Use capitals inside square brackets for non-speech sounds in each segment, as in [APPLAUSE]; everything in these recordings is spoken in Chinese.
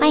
欢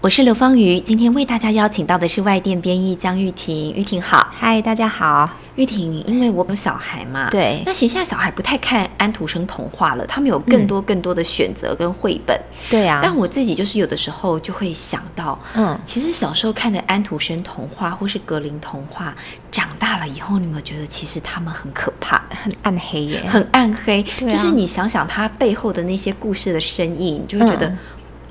我是刘芳瑜，今天为大家邀请到的是外电编译江玉婷。玉婷好，嗨，大家好。玉婷，因为我有小孩嘛，对那其实现在小孩不太看安徒生童话了，他们有更多更多的选择跟绘本。对啊，但我自己就是有的时候就会想到，嗯，其实小时候看的安徒生童话或是格林童话，长大了以后，你有没有觉得其实他们很可怕？很暗黑耶。很暗黑，对啊就是你想想它背后的那些故事的深意，你就会觉得嗯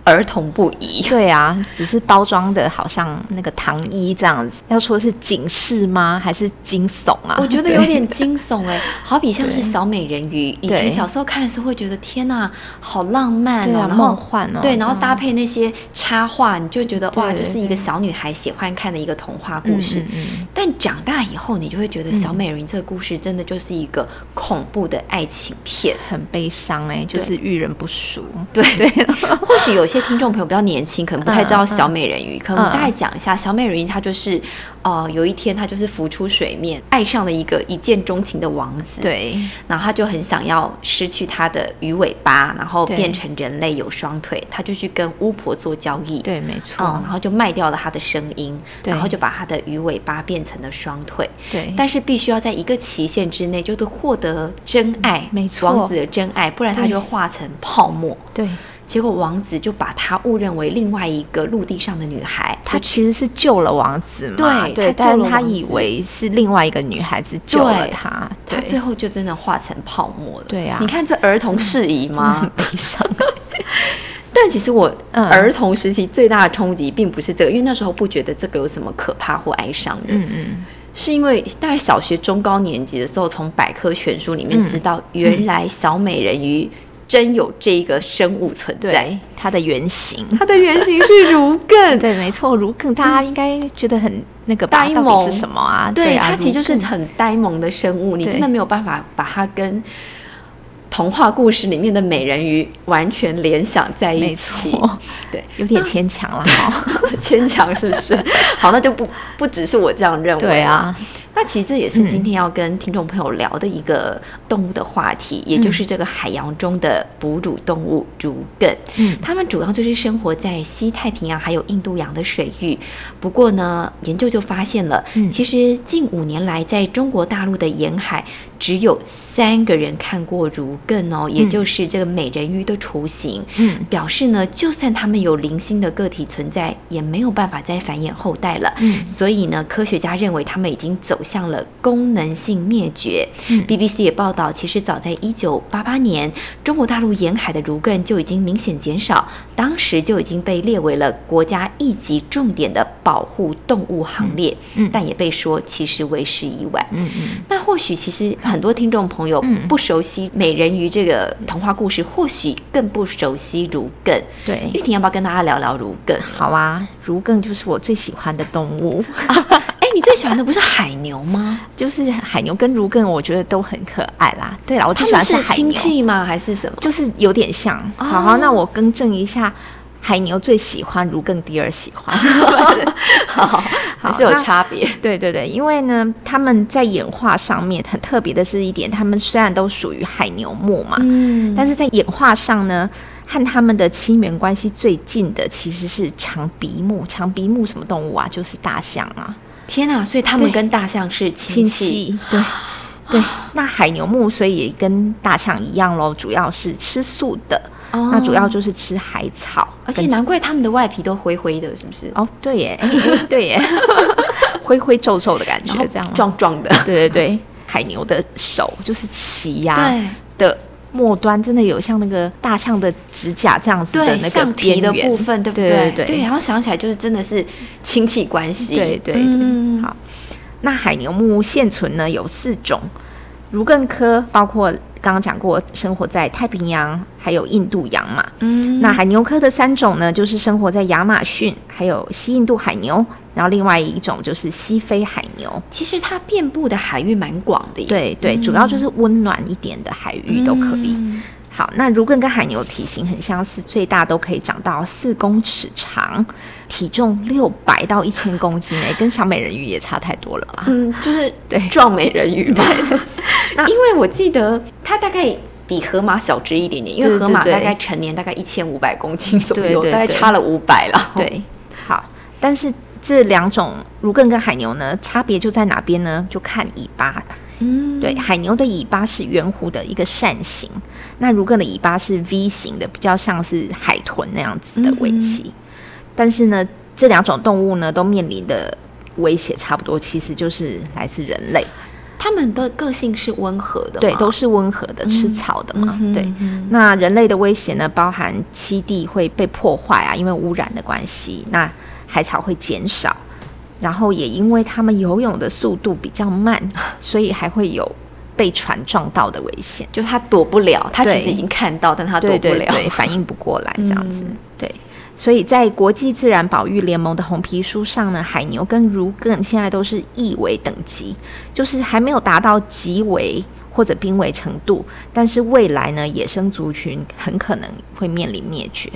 儿童不宜。对啊，只是包装的好像那个糖衣这样子。要说是警示吗？还是惊悚啊？我觉 [LAUGHS] 得对有点惊悚哎、好比像是对小美人鱼，以对前小时候看的时候会觉得天呐，好浪漫 [LAUGHS] 对哦，啊然后梦幻哦对，然啊后嗯搭配那些插画，你就会觉得哇，对就是一个小女孩喜欢看的一个童话故事。嗯嗯嗯但长大以后，你就会觉得小美人鱼这个故事真的就是一个恐怖的爱情片。很悲伤哎，就是遇人不淑。 [LAUGHS] 对对， [LAUGHS] 或许有些听众朋友比较年轻，可能不太知嗯道小美人鱼，可能我们大概讲一下，小美人鱼她就是，呃，有一天她就是浮出水面，爱上了一个一见钟情的王子，，对然后她就很想要失去她的鱼尾巴，然后对变成人类有双腿，她就去跟巫婆做交易，对，没错。嗯，然后就卖掉了她的声音，对然后就把她的鱼尾巴变成了双腿，对，但是必须要在一个期限之内，就得获得真爱，没错王子的真爱，不然他对就化成泡沫。对结果王子就把她误认为另外一个陆地上的女孩，他其实是救了王子嘛，对对，他救但了他王子以为是另外一个女孩子救了他，她对， [LAUGHS] 最后就真的化成泡沫了。对啊你看这儿童适宜很吗？悲伤。但其实我嗯儿童时期最大的冲击并不是这个，因为那时候不觉得这个有什么可怕或哀伤的，嗯嗯，是因为大概小学中高年级的时候，从百科全书里面嗯知道，原来小美人鱼真有这个生物存在。对，他的原型。它的原型是儒艮，对，没错，如更大家应该觉得很那个吧？呆到萌底是什么啊？对，啊，它其实就是如更很呆萌的生物，你对真的没有办法把它跟童话故事里面的美人鱼完全联想在一没起。错，对，有点牵强了哈。牵强是不是？ [LAUGHS] 好，那就不不只是我这样认为。对，啊，嗯那其实这也是今天要跟听众朋友聊的一个动物的话题，嗯也就是这个海洋中的哺乳动物儒艮。嗯它们主要就是生活在西太平洋还有印度洋的水域。不过呢，研究就发现了，嗯其实近五年来在中国大陆的沿海，只有三个人看过儒艮哦，也就是这个美人鱼的雏形。嗯表示呢，就算它们有零星的个体存在，也没有办法再繁衍后代了。嗯所以呢，科学家认为它们已经走向了功能性灭绝。嗯 BBC 也报道，其实早在1988年，中国大陆沿海的儒艮就已经明显减少，当时就已经被列为了国家一级重点的保护动物行列，嗯嗯但也被说其实为时已晚。嗯嗯，那或许其实很多听众朋友嗯不熟悉美人鱼这个童话故事，或许更不熟悉儒艮。玉对。婷要不要跟大家聊聊儒艮？好啊，如更就是我最喜欢的动物，哎，你最喜欢的不是海牛吗？ [LAUGHS] 就是海牛跟如更，我觉得都很可爱啦。对啦，我最他喜欢们是海亲牛，戚吗？还是什么？就是有点像。哦好好，那我更正一下，海牛最喜欢，如更第二喜欢。 [LAUGHS] 好，还是有那差别。对对对，因为呢，他们在演化上面很特别的是一点，他们虽然都属于海牛目嘛，嗯但是在演化上呢，和他们的亲缘关系最近的其实是长鼻目。长鼻目什么动物啊？就是大象啊，天呐，所以他们对跟大象是亲戚。。对对，那海牛目所以也跟大象一样喽，主要是吃素的，哦那主要就是吃海草，而且跟难怪他们的外皮都灰灰的，是不是？哦，对耶， [LAUGHS] 哎哎对耶，灰灰皱皱的感觉然后，这样吗壮壮的。对对对，海牛的手就是鳍呀、 [LAUGHS] 对的末端，真的有像那个大象的指甲这样子的对，那个象边蹄的缘部分，对不对对？对然后想起来就是真的是亲戚关系。对对对嗯，好，那海牛目现存呢有四种，如艮科包括刚刚讲过，生活在太平洋还有印度洋嘛。嗯那海牛科的三种呢，就是生活在亚马逊，还有西印度海牛，然后另外一种就是西非海牛。其实它遍布的海域蛮广的耶，对对，主要就是温暖一点的海域都可以。嗯好，那如艮跟海牛体型很相似，最大都可以长到四公尺长，体重六百到一千公斤 [LAUGHS] 诶、哎跟小美人鱼也差太多了吧？嗯，就是对壮美人鱼吧。 [LAUGHS] 那因为我记得它大概比河马小只一点点，因为对河马对大对概成年大概一千五百公斤左对右，对大概对差了五百了。，对，好，但是这两种如艮跟海牛呢，差别就在哪边呢？就看尾巴。嗯，对，海牛的尾巴是圆弧的一个扇形，那如艮的尾巴是 V 型的，比较像是海豚那样子的尾鳍。但是呢，这两种动物呢，都面临的威胁差不多，其实就是来自人类。它们的个性是温和的嘛，对，都是温和的，吃草的嘛。嗯哼对，那人类的威胁呢，包含栖地会被破坏啊，因为污染的关系，那海草会减少，然后也因为它们游泳的速度比较慢，所以还会有被船撞到的危险。就它躲不了，它其对实已经看到，但它躲对不对了。对，反应不过来这样子。嗯对，所以在国际自然保育联盟的红皮书上呢，海牛跟如艮现在都是易危等级，就是还没有达到极危。或者濒危程度，但是未来呢，野生族群很可能会面临灭绝。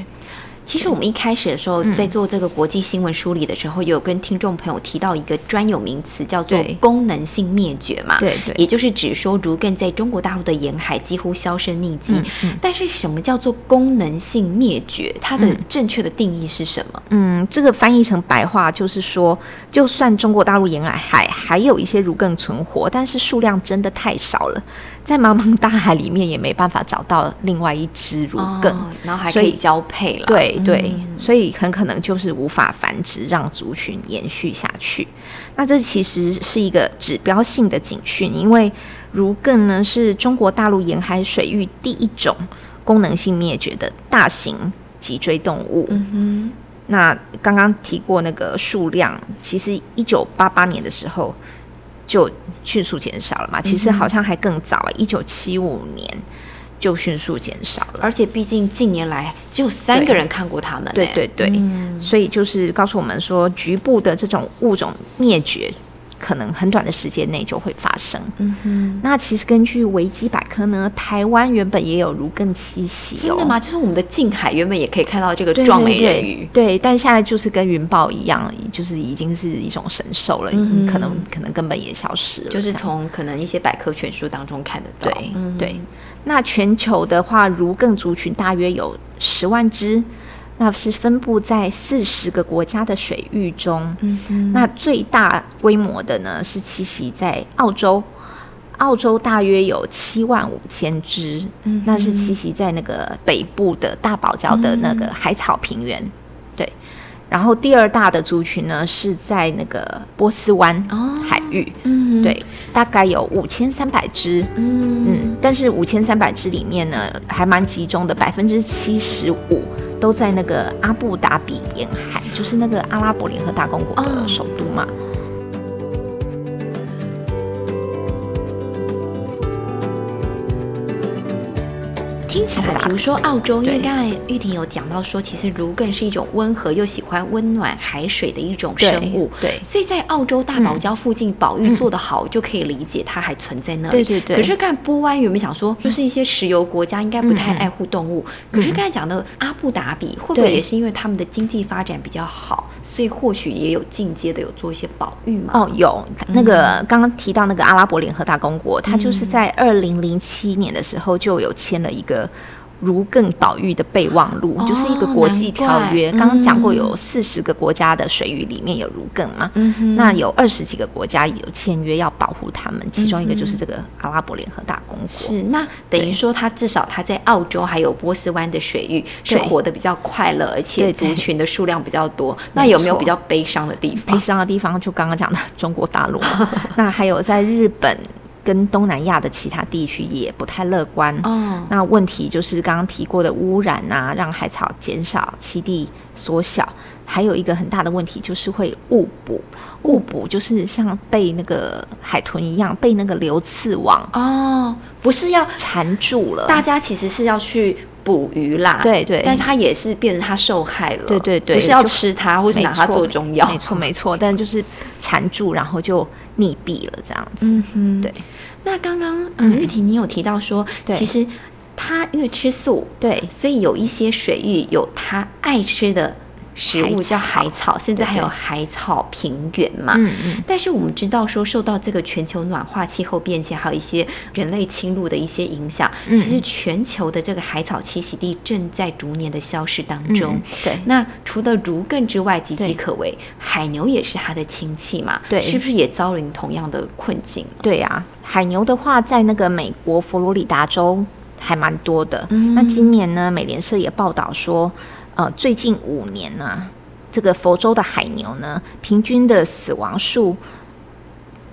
其实我们一开始的时候，嗯在做这个国际新闻梳理的时候，有跟听众朋友提到一个专有名词，叫做对功能性灭绝嘛。对对也就是指说，如艮在中国大陆的沿海几乎销声匿嗯迹。但是，什么叫做功能性灭绝？它的正确的定义是什么？嗯，这个翻译成白话就是说，就算中国大陆沿海还有一些如艮存活，但是数量真的太少了，在茫茫大海里面也没办法找到另外一只如艮、哦然后还可所以以交配了。对对嗯，所以很可能就是无法繁殖，让族群延续下去。那这其实是一个指标性的警讯，因为如艮呢是中国大陆沿海水域第一种功能性灭绝的大型脊椎动物。嗯那刚刚提过那个数量，其实一九八八年的时候就迅速减少了嘛，其实好像还更早，一九七五年就迅速减少了哼，。而且毕竟近年来只有三对个人看过它们。对对对，嗯所以就是告诉我们说，局部的这种物种灭绝，可能很短的时间内就会发生。嗯哼，那其实根据维基百科呢，台湾原本也有如艮栖息、哦，真的吗？就是我们的近海原本也可以看到这个对？对壮美对人鱼。对，但现在就是跟云豹一样，就是已经是一种神兽了，嗯可能可能根本也消失了，就是这样从可能一些百科全书当中看得到。对、嗯对。那全球的话，如艮族群大约有十万只，那是分布在四十个国家的水域中。嗯那最大规模的呢是栖息在澳洲，澳洲大约有七万五千只，嗯哼那是栖息在那个北部的大堡礁的那个海草平原，对。然后第二大的族群呢是在那个波斯湾哦海域，嗯，对，大概有五千三百只。嗯嗯，但是五千三百只里面呢，还蛮集中的，百分之七十五都在那个阿布达比沿海，就是那个阿拉伯联合大公国哦的首都嘛。听起来，比如说澳洲，因为刚才玉婷有讲到说，其实如艮是一种温和又喜欢温暖海水的一种生物。对嗯所以在澳洲大堡礁附近保育做得好，就可以理解它还存在那里。对对对可是看波湾原本想说，就是一些石油国家应该不太嗯嗯爱护动物，可是刚才讲的阿布达比，会不会对也是因为他们的经济发展比较好，所以或许也有进阶的有做一些保育嘛？哦，有那嗯个刚刚提到那个阿拉伯联合大公国，它就是在二零零七年的时候就有签了一个。如艮保育的备忘录、哦就是一个国际条约，难怪刚刚讲过嗯有四十个国家的水域里面有如艮嘛，嗯哼那有二十几个国家有签约要保护他们，其中一个就是这个阿拉伯联合大公国。是，那等于对说，它至少它在澳洲还有波斯湾的水域是对活得比较快乐，而且对族对群的数量比较多。那没有没有错比较悲伤的地悲方？ [LAUGHS] 伤的地方就刚刚讲的中国大陆嘛，那还有在日本跟东南亚的其他地区也不太乐观。哦，那问题就是刚刚提过的污染啊，让海草减少，栖地缩小，还有一个很大的问题就是会误捕。误捕就是像被那个海豚一样，被那个流刺网哦，不是要缠住了。大家其实是要去捕鱼啦，对对但是它也是变成它受害了，对对对不是要就吃它，或是拿它没错做中药，没错没错，但就是缠住，然后就溺毙了这样子。嗯哼，对。那刚刚嗯，玉婷你有提到说，对其实它因为吃素，对所以有一些水域有它爱吃的食海物叫海草，甚至还有对海草平原嘛。嗯嗯但是我们知道说，受到这个全球暖化、气候变迁，还有一些人类侵入的一些影响，嗯其实全球的这个海草栖息地正在逐年的消失当中。嗯对那除了儒艮之外，岌岌对可危，海牛也是它的亲戚嘛，对是不是也遭临同样的困境了？对啊，海牛的话，在那个美国佛罗里达州还蛮多的。嗯那今年呢，美联社也报道说，呃，最近五年呢、这个佛州的海牛呢，平均的死亡数，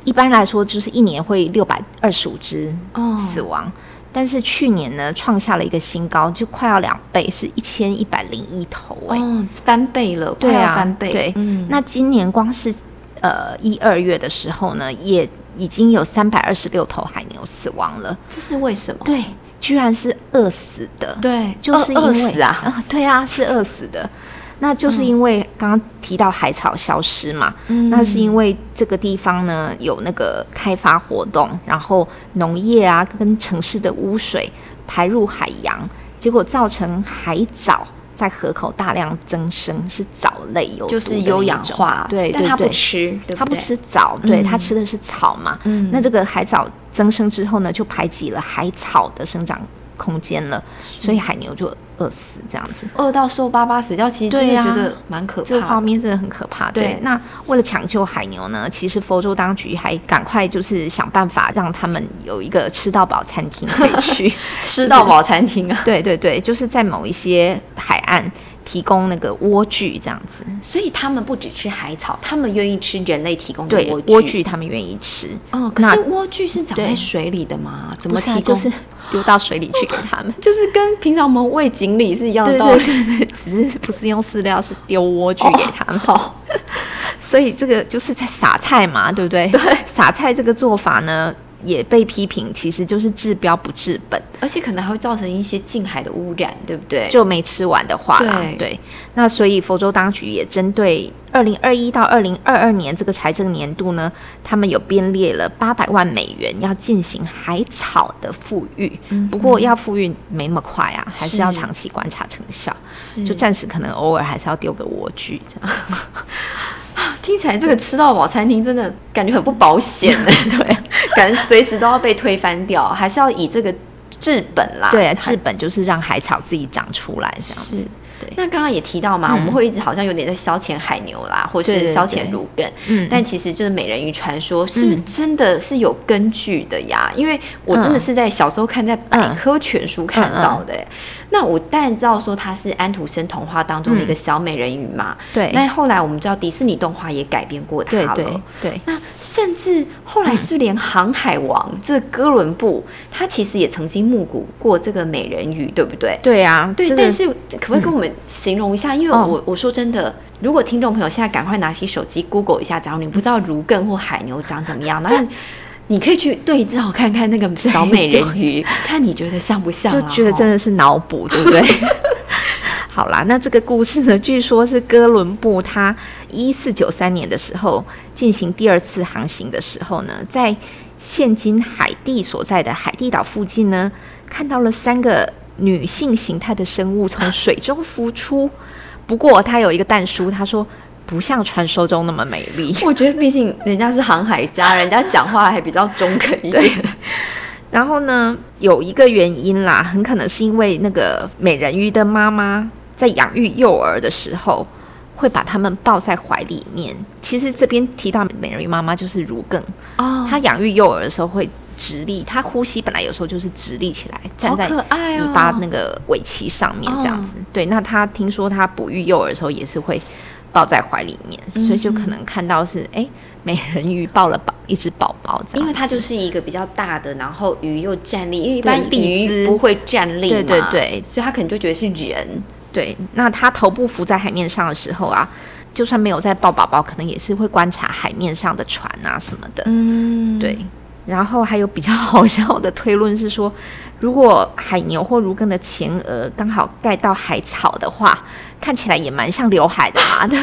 一般来说就是一年会六百二十五只哦死亡。但是去年呢，创下了一个新高，就快要两倍，是一千一百零一头、哎、哦，翻倍了，对快啊，要翻倍。对，嗯，那今年光是呃一二月的时候呢，也已经有三百二十六头海牛死亡了。这是为什么？对，居然是饿死的。，对，就是因饿为饿死啊。 [LAUGHS] 对啊，是饿死的。那就是因为刚刚提到海草消失嘛，嗯那是因为这个地方呢有那个开发活动，然后农业啊跟城市的污水排入海洋，结果造成海藻在河口大量增生，是藻类有嗯就毒的是那优氧种化，对，但对它不对吃，对它不不对吃藻，对，嗯它吃的是草嘛。嗯那这个海藻增生之后呢，就排挤了海草的生长空间了，所以海牛就饿死这样子。饿到瘦巴巴死掉，其实真对的啊觉得蛮可这个怕画的。面真的很可怕。对，对那为了抢救海牛呢，其实佛州当局还赶快就是想办法让他们有一个吃到饱餐厅可以 [LAUGHS] 去。吃到饱餐厅啊，对对对，就是在某一些海岸提供那个莴苣这样子。 [LAUGHS] 所以他们不只吃海草，他们愿意吃人类提供的对，莴莴苣他们愿意吃。哦，可那是莴苣是长在对水里的嘛？怎不么是啊提就供？是丢到水里去给他们。就是跟平常我们喂锦鲤是一样的对道对理。 [LAUGHS] 对对， [LAUGHS] 只是不是用饲料，是丢莴苣给他们。好， [LAUGHS] 所以这个就是在撒菜嘛，对不对？对，撒菜这个做法呢，也被批评，其实就是治标不治本，而且可能还会造成一些近海的污染，对不对？就没吃完的话啦。对对，那所以佛州当局也针对二零二一到二零二二年这个财政年度呢，他们有编列了八百万美元要进行海草的富裕，不过要富裕没那么快啊，还是要嗯是长期观察成效。是就暂时可能偶尔还是要丢个莴苣这 [LAUGHS] 样。听起来这个吃到饱餐厅真的感觉很不保险 [LAUGHS] 呢，对，啊感觉随时都要被推翻掉，还是要以这个治本啦。对啊，还治本就是让海草自己长出来这样是子。对，那刚刚也提到嘛，我们会一直好像有点在消遣海牛啦，或对是对消遣嗯对儒艮，嗯但其实就是美人鱼传说，是不是真的是有根据的呀？因为我真的嗯是在小时候看在百科全书看到的、那我当然知道说它是安徒生童话当中的一个小美人鱼嘛，嗯对但后来我们知道迪士尼动画也改编过它对了。对对，那甚至后来是不是连航海王、这哥伦布，他其实也曾经目睹过这个美人鱼，对不对？嗯对啊，对，这个但是可不可以跟我们形容一下？因为哦我我说真的，如果听众朋友现在赶快拿起手机 Google 一下，假如你不知道如艮或海牛长怎么 [LAUGHS] 样，那你可以去对照看看那个小美人鱼，看你觉得像不像就啊？觉得真哦的是脑补，对 [LAUGHS] 不对？好啦，那这个故事呢，据说是哥伦布他一四九三年的时候进行第二次航行的时候呢，在现今海地所在的海地岛附近呢，看到了三个女性形态的生物从水中浮出。不过他有一个淡书，他说不像传说中那么美丽。我觉得毕竟人家是航海家，人家讲话还比较中肯一点。然后呢，有一个原因啦，很可能是因为那个美人鱼的妈妈在养育幼儿的时候，会把他们抱在怀里面。其实这边提到美人鱼妈妈就是如更，哦她养育幼儿的时候会直立，她呼吸本来有时候就是直立起来，站在可爱哦尾巴那个尾鳍上面这样子。对，那她听说她哺育幼儿的时候也是会抱在怀里面，所以就可能看到是哎美人鱼抱了宝一只宝宝这样子，因为它就是一个比较大的，然后鱼又站立，因为一般对立鱼姿不会站立嘛，对对对所以它可能就觉得是人。对，那它头部浮在海面上的时候啊，就算没有在抱宝宝，可能也是会观察海面上的船啊什么的。嗯，对，然后还有比较好笑的推论是说，如果海牛或如更的前额刚好盖到海草的话，看起来也蛮像刘海的嘛 [LAUGHS] 的。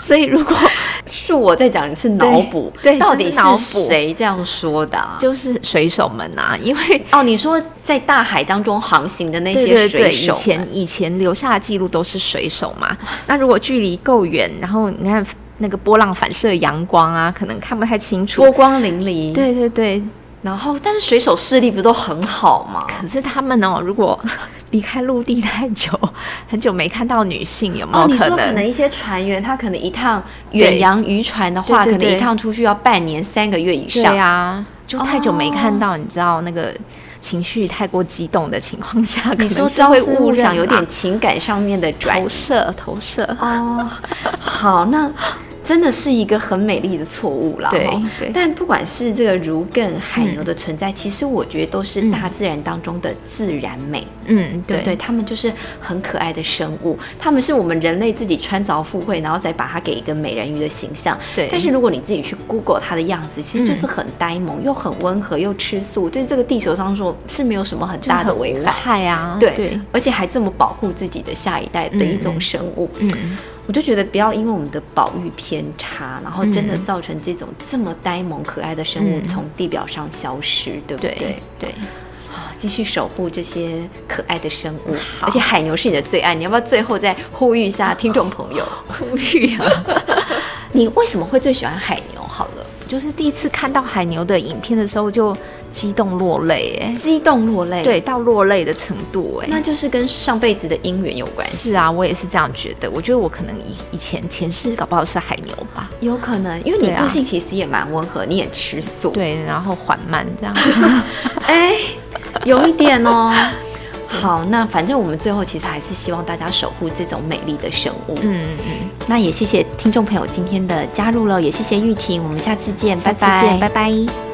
所以如果恕我再讲一次脑补，对对到底这是脑补谁这样说的、啊？就是水手们啊，因为哦，你说在大海当中航行的那对些对对，水以手们，前以前留下的记录都是水手嘛。那如果距离够远，然后你看那个波浪反射阳光啊，可能看不太清楚波。光粼粼，，对对对，然后但是水手视力不都很好吗？可是他们哦，如果 [LAUGHS] 离开陆地太久，很久没看到女性，有没哦，有你说可能？能一些船员，他可能一趟远洋渔船的话，对可对能一对趟出去要半年、三个月以对上。啊，就太久哦没看到，你知道那个情绪太过激动的情况下，可你说能是朝会思误暮认想，有啦点情感上面的转投射投射。哦，好，那真的是一个很美丽的错误了。对哦对但不管是这个如更海牛的存在，其实我觉得都是大自然当中的自然美，嗯，对不对？它们就是很可爱的生物，它们是我们人类自己穿凿附会，然后再把它给一个美人鱼的形象。对嗯但是如果你自己去 Google 它的样子，其实就是很呆萌，又很温和，又吃素，对这个地球上说是没有什么很就大的很危无害。害啊，对，对，而且还这么保护自己的下一代的一种生物，嗯，我就觉得不要因为我们的保育偏差，然后真的造成这种这么呆萌可爱的生物嗯从地表上消失，对不对？对对。啊继续守护这些可爱的生物，而且海牛是你的最爱，你要不要最后再呼吁一下听众朋友？呼吁啊！ [LAUGHS] 你为什么会最喜欢海牛？好了，就是第一次看到海牛的影片的时候，就激动落泪哎、激动落泪，，对，到落泪的程度哎、那就是跟上辈子的姻缘有关系。是啊，我也是这样觉得。我觉得我可能以以前前世搞不好是海牛吧，有可能，因为你对啊个性其实也蛮温和，你也吃素，对，然后缓慢这样。哎，有一点哦。好，那反正我们最后其实还是希望大家守护这种美丽的生物。嗯嗯，那也谢谢听众朋友今天的加入了，也谢谢玉婷，我们下次见， [LAUGHS] 下拜次见，拜。拜拜